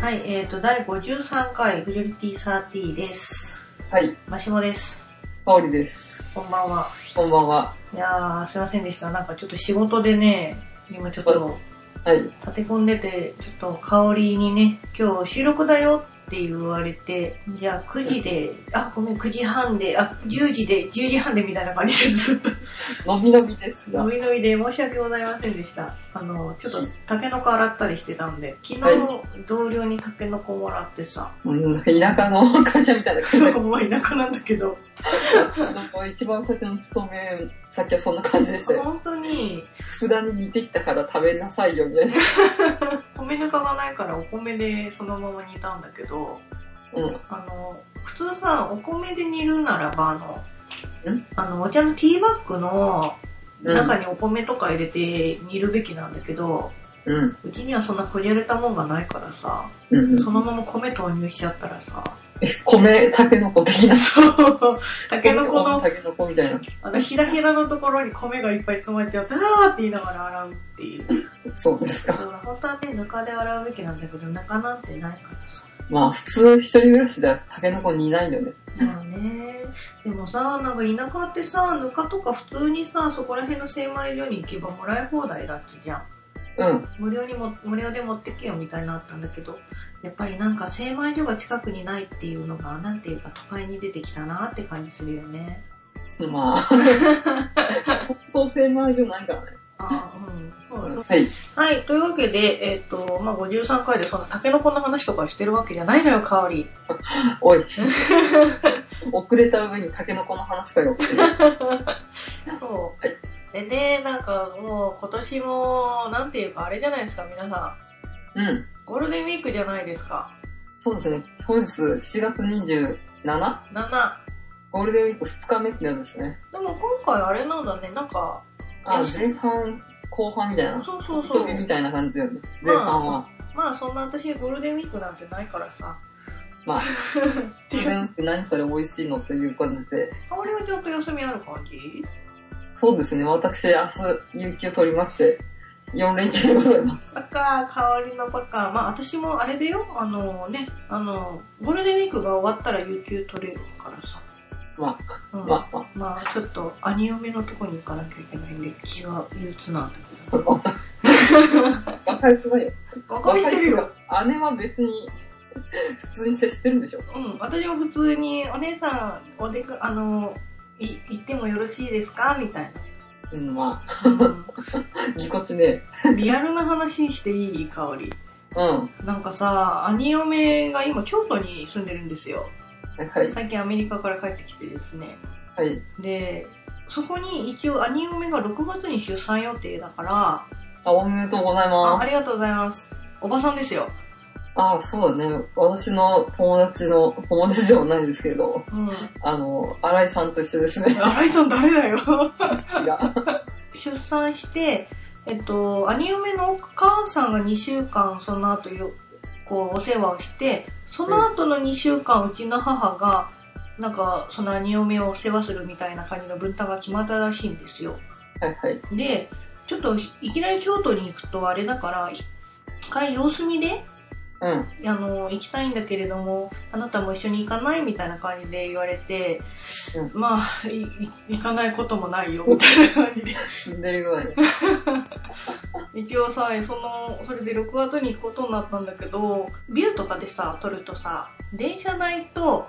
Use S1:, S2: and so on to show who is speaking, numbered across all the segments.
S1: はい、えっ、ー、と、第53回、フジョリティサーティです。
S2: はい、
S1: マシモです。
S2: 香りです。
S1: こんばんは。
S2: こんばんは。
S1: いやー、すいませんでした。なんかちょっと仕事でね、今ちょっと
S2: はい、
S1: 立て込んでて、ちょっと香りにね、今日収録だよって言われて、じゃあ9時で、あ、ごめん、9時半で、あ、10時で、10時半でみたいな感じでずっと、
S2: のびのびですが。
S1: ノ
S2: は
S1: リノリで申し訳ございませんでした。あの、ちょっとタケノコ洗ったりしてたんで、昨
S2: は
S1: 日同僚にタケノコもらってさ、
S2: うん、田舎の会社みたいな感じ
S1: そ
S2: で
S1: う、もう田舎なんだけど、
S2: なんか一番最初の勤め、さっきはそんな感じでしたよ。
S1: 本当に
S2: 佃煮煮てきたから食べなさいよ、みたいな。
S1: 米ぬかがないからお米でそのまま煮たんだけど、
S2: うん、
S1: あの、普通さ、お米で煮るならば、あの
S2: ん、
S1: あの、お茶のティーバッグの
S2: うん、
S1: 中にお米とか入れて煮るべきなんだけど、
S2: うん、
S1: うちにはそんなこじゃれたもんがないからさ、
S2: うんうん。
S1: そのまま米投入しちゃったらさ、
S2: 米、タケノコ的 な。
S1: そう、タケノコ の、
S2: タケノコみたいな。
S1: あの、ひだひだのところに米がいっぱい詰まっちゃって、あーって言いながら洗うって いう。
S2: そうですか。
S1: そう本当はね、ぬかで洗うべきなんだけど、ぬかなんてないから さ。
S2: まあ、普通一人暮らしではタケノコ煮ないよね。
S1: まあね。でもさ、なんか田舎ってさ、ぬかとか普通にさ、そこら辺の精米所に行けばもらい放題だってじゃん。
S2: うん、
S1: 無料にも、無料で持ってけよみたいなのあったんだけど、やっぱりなんか精米所が近くにないっていうのが、なんていうか都会に出てきたなって感じするよね。
S2: まあ、そう精米所ないからね。
S1: ああ、うん。そうそう。
S2: はい、
S1: はい、というわけで、えっ、と、まあ、53回でそのタケノコの話とかしてるわけじゃないのよ、香 り。
S2: おい。遅れた上にタケノコの話かよ。
S1: そう
S2: はい。
S1: でね、なんかもう今年も、なんていうかあれじゃないですか、皆さ
S2: うん。
S1: ん。ゴールデンウィークじゃないですか。
S2: そうですね。本日7月 27?
S1: 7。
S2: ゴールデンウィーク2日目ってやつですね。
S1: でも今回あれなんだね、なんか、
S2: あ
S1: よ、し
S2: 前半、後半みたいな。
S1: そうそうそ
S2: 飛
S1: う
S2: び。みたいな感じだよね。前半は。
S1: まあそんな私ゴールデンウィークなんてないからさ。
S2: ま あ
S1: って
S2: ゴ
S1: い
S2: ールデ
S1: う。
S2: ンウィーク何それ美味しいのという感じで。
S1: 香りはちょっと休みある感じ
S2: そうですね。私、明日、有給取りまして、4連休でございます。
S1: バカ、香りのバカ。まあ私もあれだよ、あのね、あの、ゴールデンウィークが終わったら有給取れるからさ。
S2: ま
S1: うん
S2: まあ、ま
S1: まあちょっと兄嫁のとこに行かなきゃいけないんで気が憂鬱なんだ
S2: あ、また。 バカにしないよ。
S1: けど。和解してるよ。
S2: 若い人が。姉は別に、普通に接してるんでしょ。
S1: うん、私も普通にお姉さんおでく、あの、い行ってもよろしいですかみたい
S2: うん、ま
S1: な、
S2: あ、ぎこちね
S1: うんリアルな話していい香り。
S2: え。うん。は
S1: なんかさ、兄嫁が今京都に住んでるんですよ。
S2: い、はい。
S1: 最近アメリカから帰ってきてですね。
S2: はい。
S1: で、そこに一応兄嫁が6月に出産予定だから、
S2: あ、おめでとうございます
S1: あ。ありがとうございます。おばさんですよ。
S2: ああ、そうだね。私の友達の、友達ではないですけど、
S1: うん。
S2: あの、新井さんと一緒です ね。
S1: 新井さん誰だよ。
S2: 気が
S1: 出産して、えっと、兄嫁のお母さんが2週間その後よこうお世話をしてその後の2週間うちの母がなんかその兄嫁をお世話するみたいな感じの分担が決まったらしいんですよ
S2: はいはい。
S1: でちょっといきなり京都に行くとあれだから一回様子見で
S2: うん。
S1: あの行きたいんだけれどもあなたも一緒に行かないみたいな感じで言われて、
S2: う
S1: まあいい行かないこともないよみたいな感じで
S2: 住んでるぐらい。
S1: 一応さそのそれで6月に行くことになったんだけどビューとかでさ撮るとさ電車代と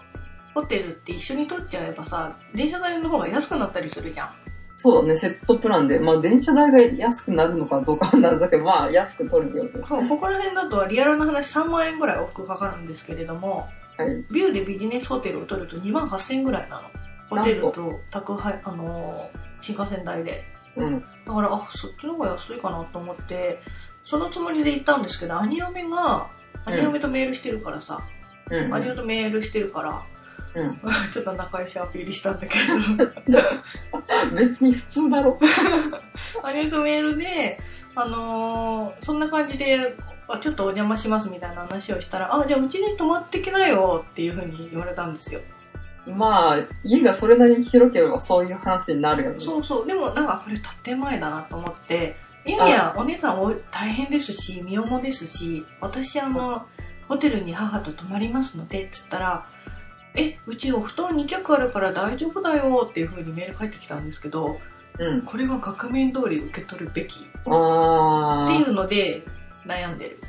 S1: ホテルって一緒に撮っちゃえばさ電車代の方が安くなったりするじゃん
S2: そうだね、セットプランで。まあ、電車代が安くなるのかどうかは謎だけど、まあ、安く取るよね。
S1: そうここら辺だとリアルな話3万円ぐらい往復かかるんですけれども
S2: はい。
S1: ビューでビジネスホテルを撮ると2万8000円ぐらいなのホテルと宅配あのー新幹線代で
S2: うん。
S1: だからあそっちの方が安いかなと思ってそのつもりで行ったんですけど兄嫁が兄嫁とメールしてるからさ、
S2: うん。
S1: マリオとメールしてるから、
S2: うん
S1: ちょっと仲良しアピールしたんだけど、
S2: 別に普通だろ。
S1: マリオとメールで、あのーそんな感じで、あちょっとお邪魔しますみたいな話をしたら、あ、じゃあうちに泊まってきなよっていうふうに言われたんですよ。
S2: まあ、家がそれなりに広ければそういう話になるよね。
S1: そうそう。でもなんかこれ建前だなと思って、いやいや、お姉さんお大変ですし、身重ですし、私あの、ホテルに母と泊まりますので、つったら、え、うちお布団2脚あるから大丈夫だよっていう風にメール返ってきたんですけど、
S2: うん。
S1: これは額面通り受け取るべきっ
S2: あ
S1: てい
S2: ー、
S1: うので悩んでる。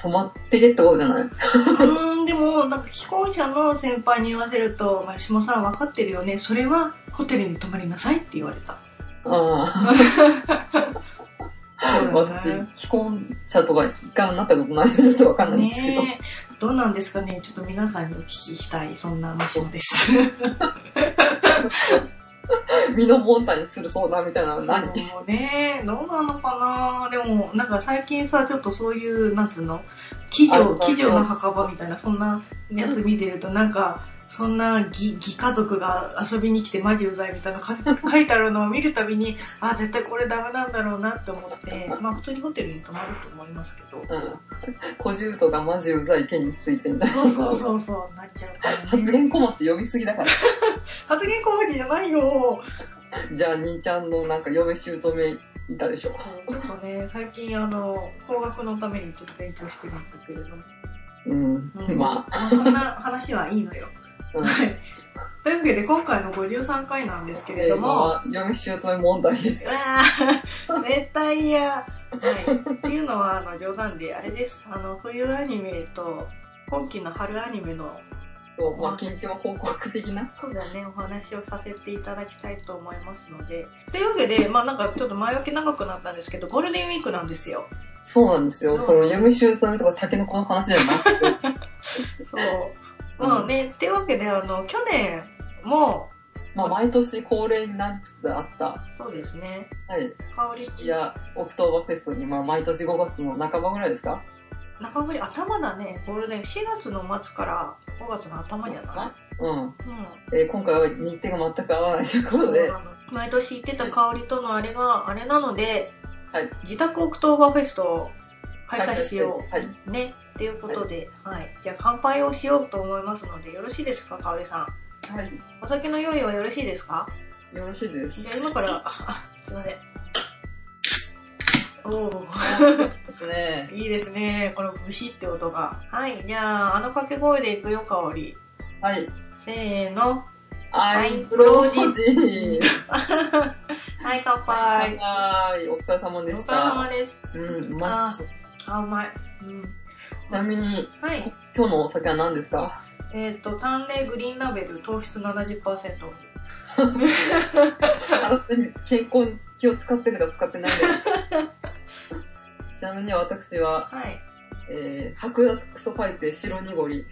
S2: 泊まってけってことじゃないう
S1: ーん、でも、なんか既婚者の先輩に言わせると、まあ、下さん分かってるよね。それはホテルに泊まりなさいって言われた。
S2: あ
S1: そうだ
S2: ー、
S1: ね
S2: 私、既婚者とか一回もなったことないのでちょっとわかんないんですけど。
S1: ねえ どうなんですかねちょっと皆さんにお聞きしたい、そんな話です。
S2: 身のもんたにする相談みたいなの何
S1: もうね、どうなのかなでも、なんか最近さ、ちょっとそういう、なんつうの、企
S2: あ
S1: 業、
S2: る
S1: 企業の墓場みたいな、そんなやつ見てると、なんか、そんな義義家族が遊びに来てマジうざいみたいなのか 書いてあるのを見るたびに、あ、絶対これダメなんだろうなって思って、まあ普通にホテルに泊まると思いますけど。
S2: うん。小獣とかマジうざい件についてみたいな。
S1: そうそうそうそう、なっちゃうからね
S2: 発言小町呼びすぎだから。
S1: 発言小文字じゃないよ。
S2: じゃあ、兄ちゃんのなんか嫁姑いたでしょ。
S1: そうちょっとね、最近あの、工学のためにちょっと勉強してるんだけれども。
S2: うん。
S1: うん
S2: ま
S1: まあそんな話はいいのよ。
S2: あ、うん。
S1: はい。というわけで、今回の53回なんですけれ
S2: え
S1: ど
S2: ー、
S1: も、
S2: まあ、嫁姑問題で
S1: う
S2: す。
S1: わー絶対嫌。はい。っていうのは、あの、冗談で、あれです。あの、冬アニメと、今期の春アニメの、
S2: そうまあ、近況報告的な。
S1: そうだね、お話をさせていただきたいと思いますので。というわけで、まあなんかちょっと前置き長くなったんですけど、ゴールデンウィークなんですよ。
S2: そうなんですよ。
S1: そう
S2: その嫁姑とかタケノコの話じゃなくて。
S1: そう。まあね、っていうわけで、あの、去年も、
S2: まあ、毎年恒例になりつつあった、は
S1: そうですね、
S2: い。
S1: 香り
S2: いや、オクトーバーフェストに、まあ、毎年5月の半ばぐらいですか
S1: 中森頭だねゴールデン4月の末から5月の頭じゃな
S2: うん。
S1: い、うん
S2: えー今回は日程が全く合わないというこ
S1: そ
S2: と
S1: う
S2: で、
S1: なの毎年行ってた香りとのあれがあれなので、
S2: はい
S1: 自宅オクトーバーフェストを開催しよ
S2: はい。
S1: うねっていうことで、はいじゃあ乾杯をしようと思いますのでよろしいですか香りさん
S2: はい。
S1: お酒の用意はよろしいですか
S2: よろしいで
S1: じゃ
S2: す。
S1: あ今からあ あすいませんおお
S2: ですね。
S1: いいですねこのブシって音がはいじゃああの掛け声でいくよ香り
S2: はい。
S1: せーの
S2: ア
S1: イ
S2: イ
S1: プ
S2: プ
S1: ロ
S2: ロ
S1: デ
S2: デ
S1: ィ
S2: ィジー。
S1: はい、乾杯。
S2: はい。お疲れ様
S1: お疲
S2: で
S1: れ
S2: した
S1: 様。です。
S2: うん、うまいっ
S1: あ、うまい。うん。
S2: す。ちなみに、
S1: はい。
S2: 今日のお酒は何ですか
S1: えっ、と、淡麗グリーンラベル、糖質70%オフ。
S2: あ健康に気を使ってるか使ってない か。ちなみに私は、
S1: はい。
S2: えー、白濁と書いて白濁り。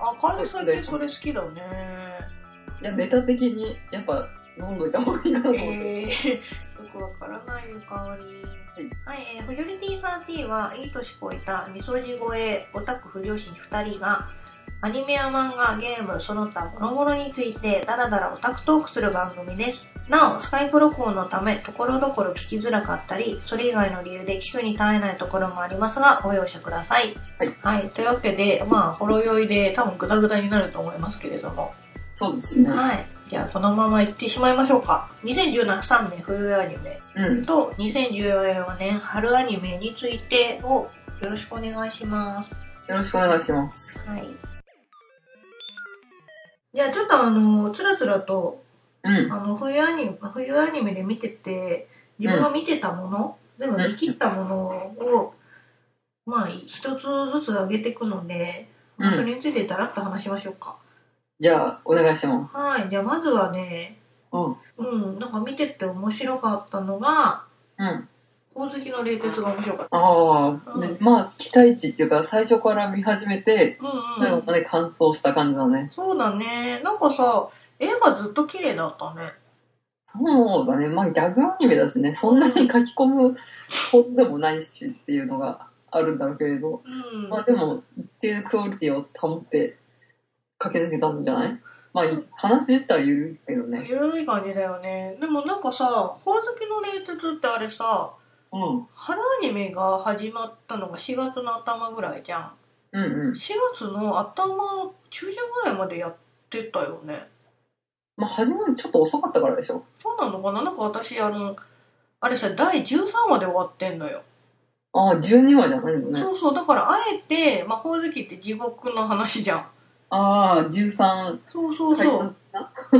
S1: あ、カール最近それ好きだね。
S2: いや、ネタ的に、やっぱ、飲んどいた方がいいかなと思って。
S1: えー、よくわからないよ、香り。 はい、えー、フジョリティサーティは、いい年こいた、みそじ超え、オタク不良心2人が、アニメや漫画、ゲーム、その他、諸々について、だらだらオタクトークする番組です。なお、スカイプ録音のため、ところどころ聞きづらかったり、それ以外の理由で聞くに耐えないところもありますが、ご容赦ください。
S2: はい。
S1: はい、というわけで、まあ、ほろ酔いで、多分グダグダになると思いますけれども、
S2: そうですね。
S1: はい。じゃあ、このまま行ってしまいましょうか。2013年冬アニメ
S2: うん。
S1: と2014年春アニメについてをよろしくお願いします。
S2: よろしくお願いします。
S1: はい。じゃあ、ちょっとあの、つらつらと、
S2: うん。
S1: あの、冬アニメ、冬アニメで見てて、自分が見てたもの、全部見切ったものを、まあ、一つずつ上げていくので、まあ
S2: うん
S1: それについてだらっと話しましょうか。
S2: じゃあ、お願いしま
S1: はい。じゃあ、まずはね、
S2: す。うん。
S1: うん、なんか見てて面白かったのが、
S2: うん。
S1: 宝月の冷徹が面白かっ
S2: ああ、
S1: うん
S2: まあ、期待値っていうか、最初から見始めて、
S1: た。うん
S2: 最
S1: う
S2: 後
S1: ん。
S2: まで完走した感じだね。
S1: そうだね。なんかさ、絵がずっと綺麗だったね。
S2: そうだね。まあ、ギャグアニメだしね、そんなに書き込むほどでもないしっていうのがあるんだろうけれど、
S1: うん。
S2: まあ、でも、一定のクオリティを保って駆け抜けたんじゃないまあ、い話自体は緩いけどね。
S1: ゆるい感じだよね。でもなんかさ、宝月の冷徹ってあれさ、
S2: うん。うん
S1: 春アニメが始まったのが4月の頭ぐらいじゃん。
S2: うん。
S1: 4月の頭、中旬ぐらいまでやっってたよね。
S2: まあ、始まるのちょっと遅かったからでしょ。
S1: そうなのかななんか私、あの、あれさ、第13話で終わってんのよ。
S2: ああ、12話じゃないのね。
S1: そうそう、だからあえて、魔法好きって地獄の話じゃん。
S2: ああ、13
S1: そうそう
S2: 回
S1: そ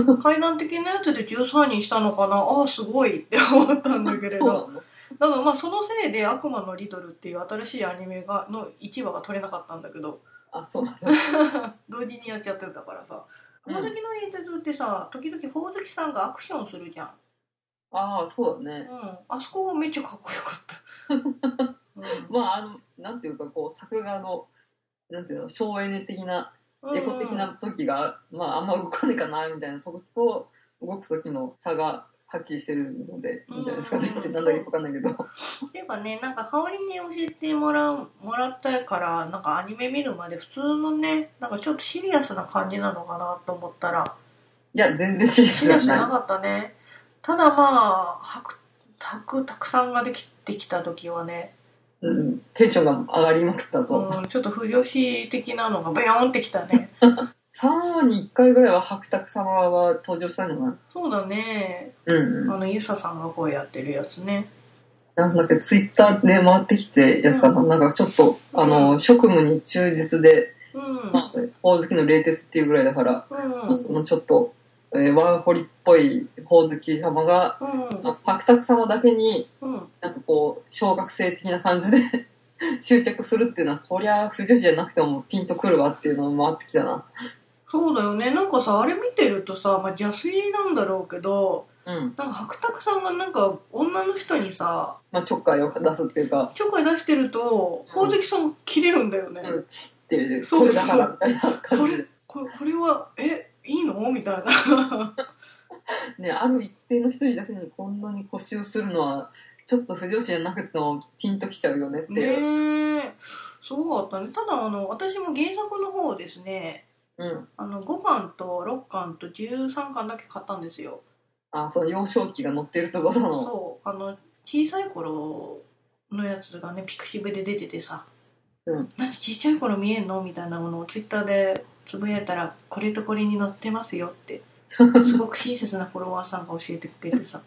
S1: う。階段的なやつで13にしたのかなああ、すごいって思ったんだけれ
S2: そうな
S1: ど。
S2: の
S1: だからまあそのせいで悪魔のリドルっていう新しいアニメが、の1話が撮れなかったんだけど、
S2: あ、そうなんだ。
S1: 同時にやっちゃってたからさ。
S2: う
S1: ほ
S2: ん
S1: おずきの演説ってさ、時々ほおずきさんがアクションするじゃん。
S2: ああ、そうだね。
S1: うん。あそこがめっちゃかっこよかった。
S2: まあ、あの、なんていうか、こう、作画の、なんていうの、省エネ的な、
S1: うん
S2: エコ的な時が、まあ、あんま動かないかな、みたいなとこと、動く時の差がはっきりしてるので、いいんじゃないですかね
S1: うん
S2: って、なんだかよくわかんないけど。
S1: っていうかねなんか香りに教えてもらうもらったからなんかアニメ見るまで普通のねなんかちょっとシリアスな感じなのかなと思ったら
S2: いや、全然シリア
S1: シ
S2: ス
S1: リアス
S2: じ
S1: じ
S2: ゃ
S1: ゃ
S2: な。
S1: ないかったねただまあ白白たくさんができてきた時はね、
S2: うん、テンションが上がりまくったと。
S1: うん、ちょっと不良子的なのがビヨーンってきた ね
S2: 3話に1回ぐらいは白沢様は登場したんじゃない
S1: そうだね
S2: うん
S1: あ
S2: うん。
S1: のゆささんがこうやってるやつね
S2: なんだっけ、ツイッターで回ってきて、やつかな、なんかちょっと、あの、職務に忠実で、
S1: うんうん
S2: まあ、大好きの冷徹っていうぐらいだから、まあそのちょっと、えーワーホリっぽいほおずき様が、
S1: うん
S2: あパクタク様だけに、
S1: うん
S2: なんかこう、小学生的な感じで 執着するっていうのは、こりゃ、不女子じゃなくてもピンとくるわっていうのも回ってきたな。
S1: そうだよねなんかさあれ見てるとさ、まあ、邪推なんだろうけど
S2: うん。
S1: なんか白拓さんがなんか女の人にさ
S2: まあ、ちょっかいを出すっていうか、
S1: ちょっかい出してるとほおずきさんが切れるんだよね、
S2: うん、チッっていう、
S1: そう
S2: こ
S1: で
S2: れ
S1: す
S2: だからみたいな
S1: こ
S2: 感じ
S1: れ
S2: で。
S1: ここれはえいいのみたい な
S2: ね、ある一定の人にだけにこんなに固執するのは、ちょっと不女子じゃなくてもピンときちゃうよねっていう。
S1: ねえすごかったねただあの私も原作の方をですね
S2: うん。
S1: あの5巻と6巻と13巻だけ買ったんですよ
S2: あ、その幼少期が乗ってると噂の。
S1: そうあの小さい頃のやつがねピクシブで出ててさ「
S2: うん
S1: 何ちっちゃい頃見えんの?」みたいなものをツイッターでつぶやいたら「これとこれに載ってますよ」 ってすごく親切なフォロワーさんが教えてくれてさ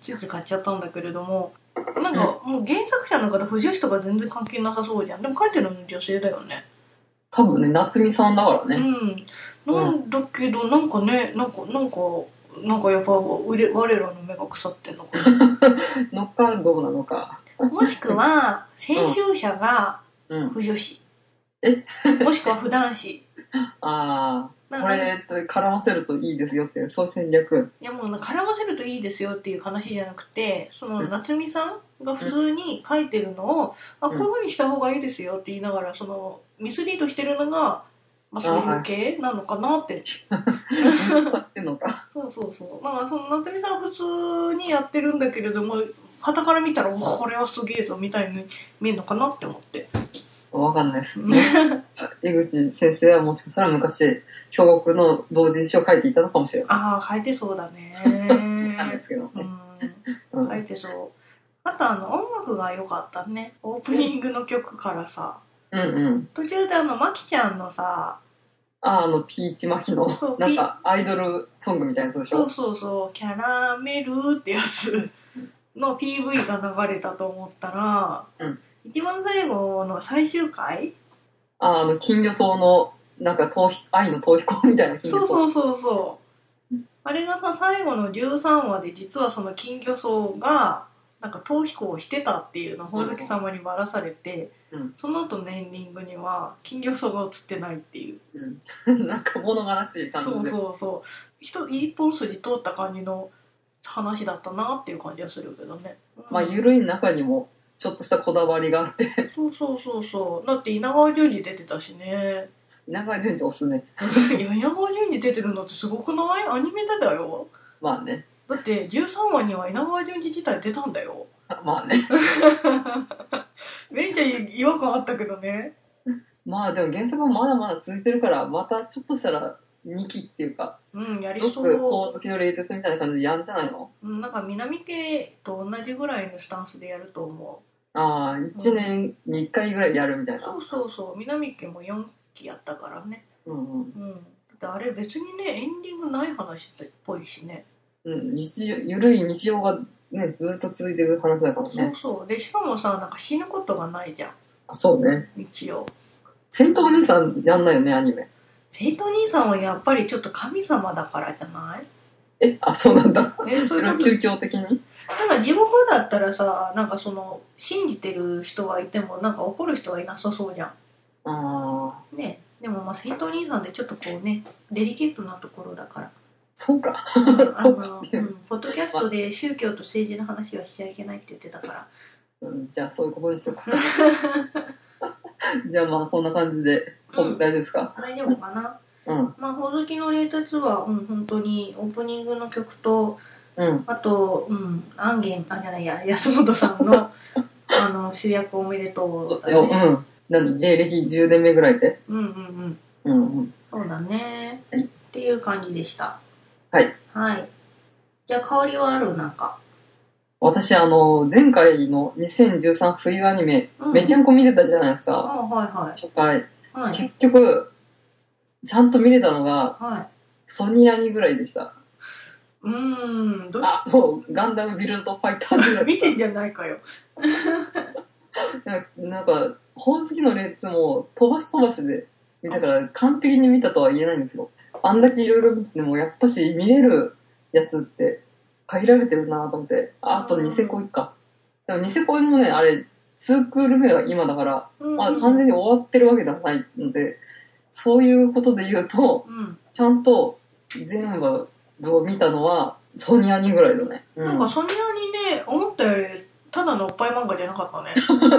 S1: ついつい買っちゃったんだけれどもなんかもう原作者の方不女子とか全然関係なさそうじゃんでも書いてるの女性だよね
S2: 多分ね、夏美さんだからね。
S1: うんなんだけどなんかねなんかなんかなんかやっぱ我我らの目が腐ってんのかな
S2: のっかどうなのか。
S1: もしくは、先週者が
S2: うん。
S1: 不女子。
S2: え
S1: もしくは不男子。
S2: あ
S1: な
S2: あ、
S1: ん
S2: こ
S1: か
S2: れと絡ませるといいですよっていう、そういう 戦略。
S1: いやもう絡ませるといいですよっていう話じゃなくて、その
S2: うん
S1: 夏美さんが普通に書いてるのを、あ、こういう風にした方がいいですよって言いながら、そのミスリードしてるのが、まあそういう系なのかなって。
S2: 使ってんのか。
S1: そうそうそう。まあその夏美さんは普通にやってるんだけれども、傍から見たら、おこれはすげえぞみたいに見えるのかなって思って。
S2: わかんないです。江口先生はもしかしたら昔、小国の同人誌を書いていたのかもしれない。
S1: ああ、書いてそうだ ね。
S2: わかんないですけどね。う
S1: うんん、書いてそう。あとあの音楽が良かったね。オープニングの曲からさ、
S2: うんうん。
S1: 途中であのまきちゃんのさ、
S2: あ、あの、ピーチ巻きの
S1: そう、
S2: なんか、アイドルソングみたいなやつでし
S1: そう
S2: ょ
S1: そうそう、キャラメルってやつの PV が流れたと思ったら、
S2: うん
S1: 一番最後の最終回
S2: あ、あの、金魚草の、なんか、逃避愛の逃避行みたいな金魚
S1: そう
S2: 草。
S1: そうそうそう。あれがさ、最後の13話で実はその金魚草が、なんか逃避行をしてたっていうのを宝石様にばらされて、
S2: うん
S1: その後のエンディングには金魚草が映ってないっていう。
S2: うん。 なんか、物悲しい感じで。
S1: そうそうそう一一本筋通った感じの話だったなっていう感じはするけどね、うん
S2: まあ、ゆるい中にも、ちょっとしたこだわりがあって、
S1: そうそうそうそうだって稲川淳二出てたしね
S2: 稲川淳二おすすめ。
S1: いや稲川淳二出てるのってすごくないアニメでだよ
S2: まあね。
S1: だって13話には稲川淳二自体出たんだよ
S2: まあね。
S1: めっちゃ違和感あったけどね
S2: まあでも原作もまだまだ続いてるから、またちょっとしたら2期っていうか、
S1: うんやり
S2: す
S1: そ
S2: ごくほお
S1: う
S2: ずきの冷徹みたいな感じでやんじゃないの
S1: うんなんか南家と同じぐらいのスタンスでやると思
S2: ああ、1年に1回ぐらいやるみたいう
S1: そ
S2: な。
S1: うそうそう南家も4期やったからね
S2: うんうん。
S1: うん、ってあれ別にねエンディングない話っぽいしね
S2: うん、日常、ゆるい日常がね、ずっと続いてる話だから
S1: そう
S2: ね。
S1: そうでしかもさなんか死ぬことがないじゃん
S2: そうね。
S1: 一応
S2: 戦闘姉さんやんないよね、アニメ。
S1: 生徒兄さんはやっぱりちょっと神様だからじゃない
S2: え、あ、そうなんだ。
S1: えそういうこと
S2: 宗教的に
S1: ただ地獄だったらさなんかその信じてる人がいてもなんか怒る人はいなさそうじゃ
S2: ああ、
S1: んねでもまあ生徒兄さんってちょっとこうねデリケートなところだ から
S2: そうか。
S1: あ
S2: そうか
S1: の、うん、ポッドキャストで宗教と政治の話はしちゃいけないって言ってたから
S2: うん、じゃあ、そういうことにし とこう。じゃあ、まあ、こんな感じで。
S1: う
S2: 僕
S1: ん
S2: 大丈夫ですか
S1: 大丈夫かな
S2: うん。
S1: まあほおずきの冷徹はうん本当にオープニングの曲と
S2: うん。
S1: あとうんアンゲンあじゃないや安本さん のあの主役おめでと
S2: そううよ、う
S1: だね
S2: ん。何芸歴10年目ぐらいで。
S1: うんうんうん
S2: うんうん。
S1: そうだね、
S2: はい
S1: っていう感じでした
S2: はい
S1: はいじゃあ香りはあるなんか、
S2: 私、あの、前回の2013冬アニメ、
S1: うん、
S2: めちゃんこ見てたじゃないです
S1: あ
S2: か。
S1: はいは
S2: 初回。
S1: いはい
S2: 結局、ちゃんと見れたのが、
S1: はい
S2: ソニアニぐらいでした。
S1: うーんどうし
S2: あと、ガンダムビルドファイターズぐら い
S1: 見てんじゃないかよ
S2: ななんか、本好きのレッツも飛ばし飛ばしで見たから完璧に見たとは言えないんですよ。あんだけいろいろ見てても、やっぱし見れるやつって限られてるなと思って、ああとニセコ行くか。でもニセコもね、あれ、2クール目が今だから、まあ完全
S1: に
S2: に終わってるわけではないので、そういうことで言うと、
S1: うん、
S2: ちゃんと全部を見たのはソニアニぐらいだね。う
S1: なん
S2: ん
S1: かそんなにね思ったよりただのおっぱい漫画じゃなかったね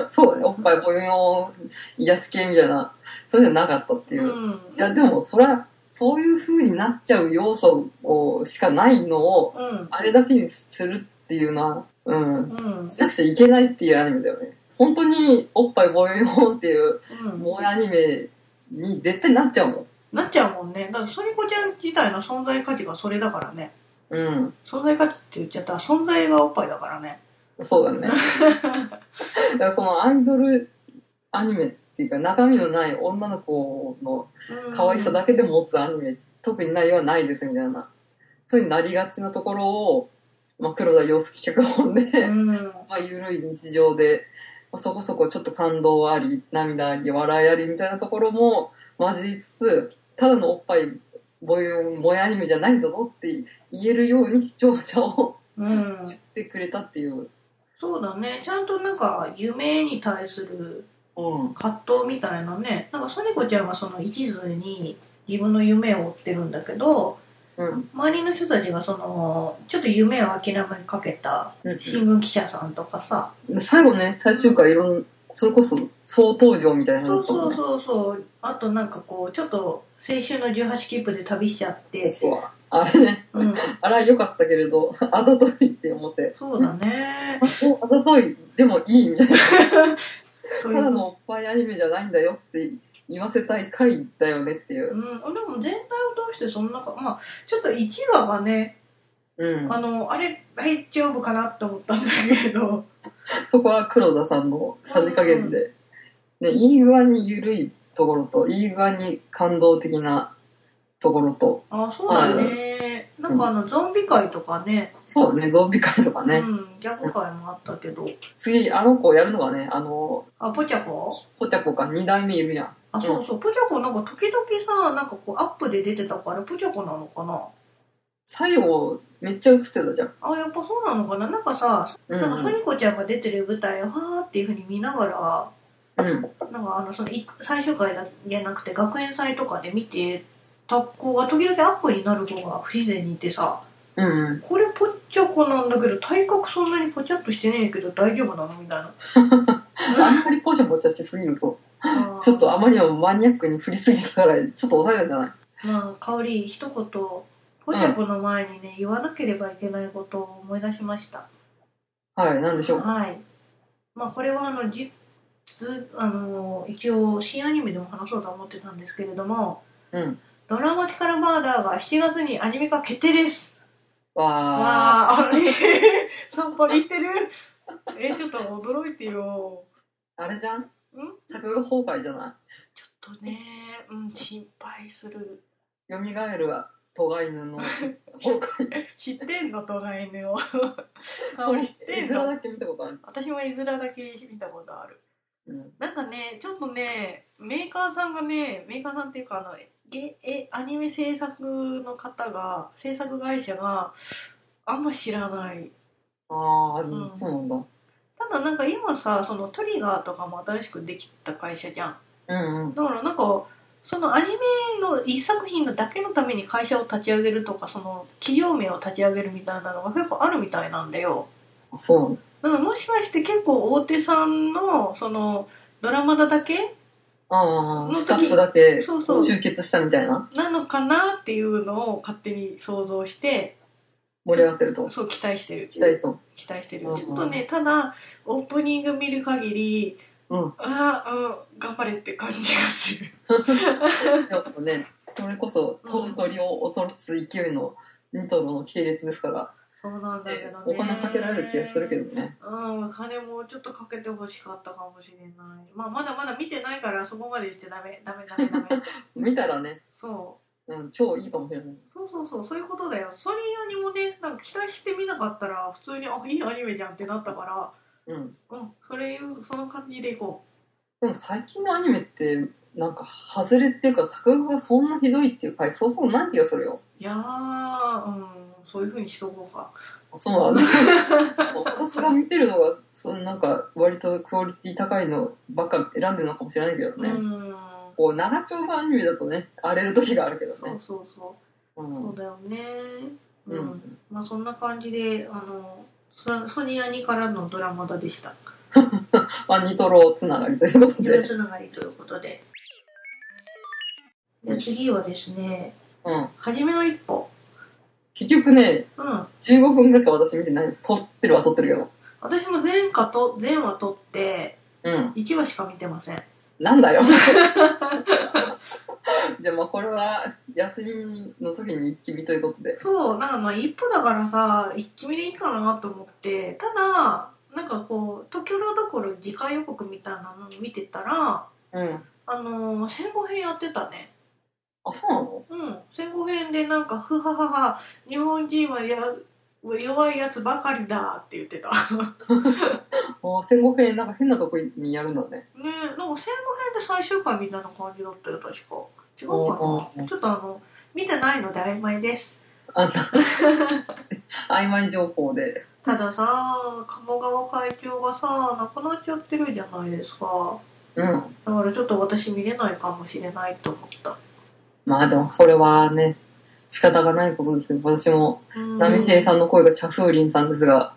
S2: そうね、おっぱいポヨヨン癒し系みたいな、そういうのなかったっていう。い
S1: ん
S2: や、でも、そりゃ、そういう風になっちゃう要素をしかないのを、
S1: うん
S2: あれだけにするっていうのは、うん、
S1: うん
S2: しなくちゃいけないっていうアニメだよね。本当に、おっぱいポヨヨンっていう、
S1: うん
S2: もうアニメに絶対なっちゃうもん。
S1: なっちゃうもんねだってソニコちゃん自体の存在価値がそれだからね
S2: うん、
S1: 存在価値って言っちゃったら存在がおっぱいだからね
S2: そうだね。だからそのアイドルアニメっていうか、中身のない女の子の可愛さだけで持つアニメ、特に内容はないですみたいな、そういうになりがちなところを、まあ、黒田洋介脚本
S1: け
S2: で、
S1: うん
S2: まあ、ゆるい日常で、まあ、そこそこちょっと感動あり、涙あり、笑いありみたいなところも交じりつつ、ただのおっぱい、ぼゆ萌えアニメじゃないんだぞって言えるように視聴者を
S1: うん
S2: 言ってくれたっていう。
S1: そうだねちゃんとなんか夢に対する
S2: うん。
S1: 葛藤みたいなねなんかソニコちゃんはその一途に自分の夢を追ってるんだけど
S2: うん。
S1: 周りの人たちがそのちょっと夢を諦めかけた新聞記者さんとかさ、
S2: 最後ね、最終回いろんな、それこそ総登場みたいなのだ
S1: そ
S2: っ
S1: う
S2: たも
S1: そ
S2: ん
S1: うそ
S2: ね。
S1: うそうあとなんかこうちょっと青春の18切符で旅しちゃって
S2: そうそう。あれね。
S1: うん、
S2: あら、良かったけれど、 あざといって思って、
S1: そうだね
S2: あおあざとい、でもいいみたいな、
S1: そ
S2: た
S1: ういう
S2: だのおっぱいアニメじゃないんだよって言わせたい回だよねっていう
S1: う。ん、でも全体を通してそんなかまあちょっと1話がね
S2: うん。
S1: あのあれ大丈夫かなって思ったんだけど
S2: そこは黒田さんのさじ加減で、ね、いい具合に緩いところと、いい具合に感動的なところと、
S1: あそうだねなんかあのゾンビ界とかね
S2: そうね、ゾンビ界とかね、
S1: うん、ギャグ界もあったけど
S2: 次、あの子やるのがね、あの、
S1: あポチャコ
S2: ポチャコか二代目いるやん。
S1: あそうそうポチャコなんか時々さなんかこうアップで出てたからポチャコなのかな
S2: 最後、めっちゃ映ってたじゃん。
S1: あやっぱそうなのかななんかさ
S2: うん、
S1: なんかソニコちゃんが出てる舞台をはーっていうふうに見なが
S2: うん。
S1: らなんかあのそのい最終回だけじゃなくて学園祭とかで見てた子が時々アップになる子が不自然にいてさ
S2: うんうん。
S1: これぽっちゃこなんだけど体格そんなにぽちゃっとしてねえけど大丈夫なのみたいな
S2: あんまりポチャポチャしすぎると、
S1: あー
S2: ちょっとあまりにもマニアックに振りすぎたから、ちょっと抑えたんじゃない
S1: まあ香り一言ぽちゃこの前にね言わなければいけないことを思い出しました
S2: はい、なんでしょう。
S1: はいまあこれはあの実あの一応新アニメでも話そうとは思ってたんですけれども、
S2: うん。
S1: ドラマティカルバーダーが7月にアニメ化決定です。
S2: わ
S1: わあ、あれ、 散歩にしてる。 え、ちょっと驚いてよ。
S2: ー。あれじゃん作画崩壊じゃない
S1: ちょっとね、うん、心配する。
S2: 蘇るは、トガイヌの、公開。
S1: 知ってんの、トガ犬を。
S2: そ
S1: 顔
S2: れ
S1: 知って
S2: 絵
S1: ん
S2: 面
S1: の。
S2: だけ見たことある。
S1: 私も絵面だけ見たことある。
S2: うん。
S1: なんかね、ちょっとね、メーカーさんがね、メーカーさんっていうか、あの、え、え、アニメ制作の方が、制作会社が、あんま知らない。
S2: ああ、
S1: うん
S2: そうなんだ。
S1: ただなんか今さ、そのトリガーとかも新しくできた会社じゃん。
S2: うんうん。
S1: だからなんか、そのアニメの一作品のだけのために会社を立ち上げるとか、その企業名を立ち上げるみたいなのが結構あるみたいなんだよ。
S2: あそうなんだ。
S1: だからもしかして結構大手さんの、その、ドラマだだけ
S2: あ
S1: の
S2: あ、
S1: 時
S2: スタッフだけ
S1: そうそう
S2: 集結したみたいな。
S1: なのかなっていうのを勝手に想像して、
S2: 盛り上がってると。
S1: そう期待してる。
S2: 期 待と。
S1: 期待してる。
S2: うんうん
S1: ちょっとね、ただ、オープニング見る限り、
S2: うん
S1: ああ、うん、頑張れって感じがする。
S2: やっぱね、それこそ、飛ぶ鳥を落とす勢いのニトロの系列ですから、
S1: そうなんだけどね。
S2: お金かけられる気がするけどね。
S1: うん、金もうちょっとかけてほしかったかもしれない。まあ、まだまだ見てないから、そこまで言ってダメ、ダメ、ダメ、ダメ。
S2: 見たらね、
S1: そ
S2: うん、超いいかもしれない。
S1: う。そうそうそう、そういうことだよ。それにもね、なんか期待して見なかったら、普通に、あ、いいアニメじゃんってなったか
S2: うん。
S1: ら、うん、それいう、その感じでいこ
S2: でも最近のアニメって、なんか、外れっていうか、作画がそんなひどいっていう回、そうそうない気がするよ。
S1: う。いやー、うん、そういう風にしとこうか。
S2: そうなんだ。 私が見てるのが、そのなんか、割とクオリティ高いのばっか選んでるのかもしれないけどね。
S1: うん。
S2: こう、長丁場アニメだとね、荒れる時があるけど
S1: そ
S2: ね
S1: う。そうそう。
S2: う
S1: そ
S2: ん
S1: う。だよね。う
S2: う
S1: ん
S2: ん。
S1: まあそんな感じで、あの、ソソニアニからのドラマだでした。
S2: まあ、ニトロつながりということ
S1: 色
S2: で。
S1: つながりということで。で次はですね、
S2: うん。
S1: 初めの一歩。
S2: 結局ね、
S1: うん。
S2: 15分ぐらいしか私見てないです。撮ってるは撮ってるけど。
S1: 私も前科と、前話撮って、
S2: うん。
S1: 1話しか見てません。
S2: な んだよ。じゃあまあこれは休みの時に一気見ということで。
S1: そう、なんかまあ一歩だからさ、一気見でいいかなと思って、ただ、なんかこう、東京ロードコル次回予告みたいなの見てたら、
S2: うん。
S1: あのー、戦後編やってたね。
S2: あ、そうなの
S1: うん、戦後編でなんか、ふははは、日本人はや弱いやつばかりだって言ってた。ね
S2: あー戦国編なんか変なとこにやるんだね。
S1: なんか戦後編で最終回みたいな感じだったよ、確か。違うか
S2: うんうんう
S1: なんちょっとあの、見てないので曖昧です。
S2: あん な曖昧情報で。
S1: たださ、鴨川会長がさ、亡くなっちゃってるじゃないですか。
S2: うん。
S1: だからちょっと私見れないかもしれないと思った。
S2: まあでもそれはね、仕方がないことですよ。私も、
S1: うん
S2: 波平さんの声が茶風林さんですが、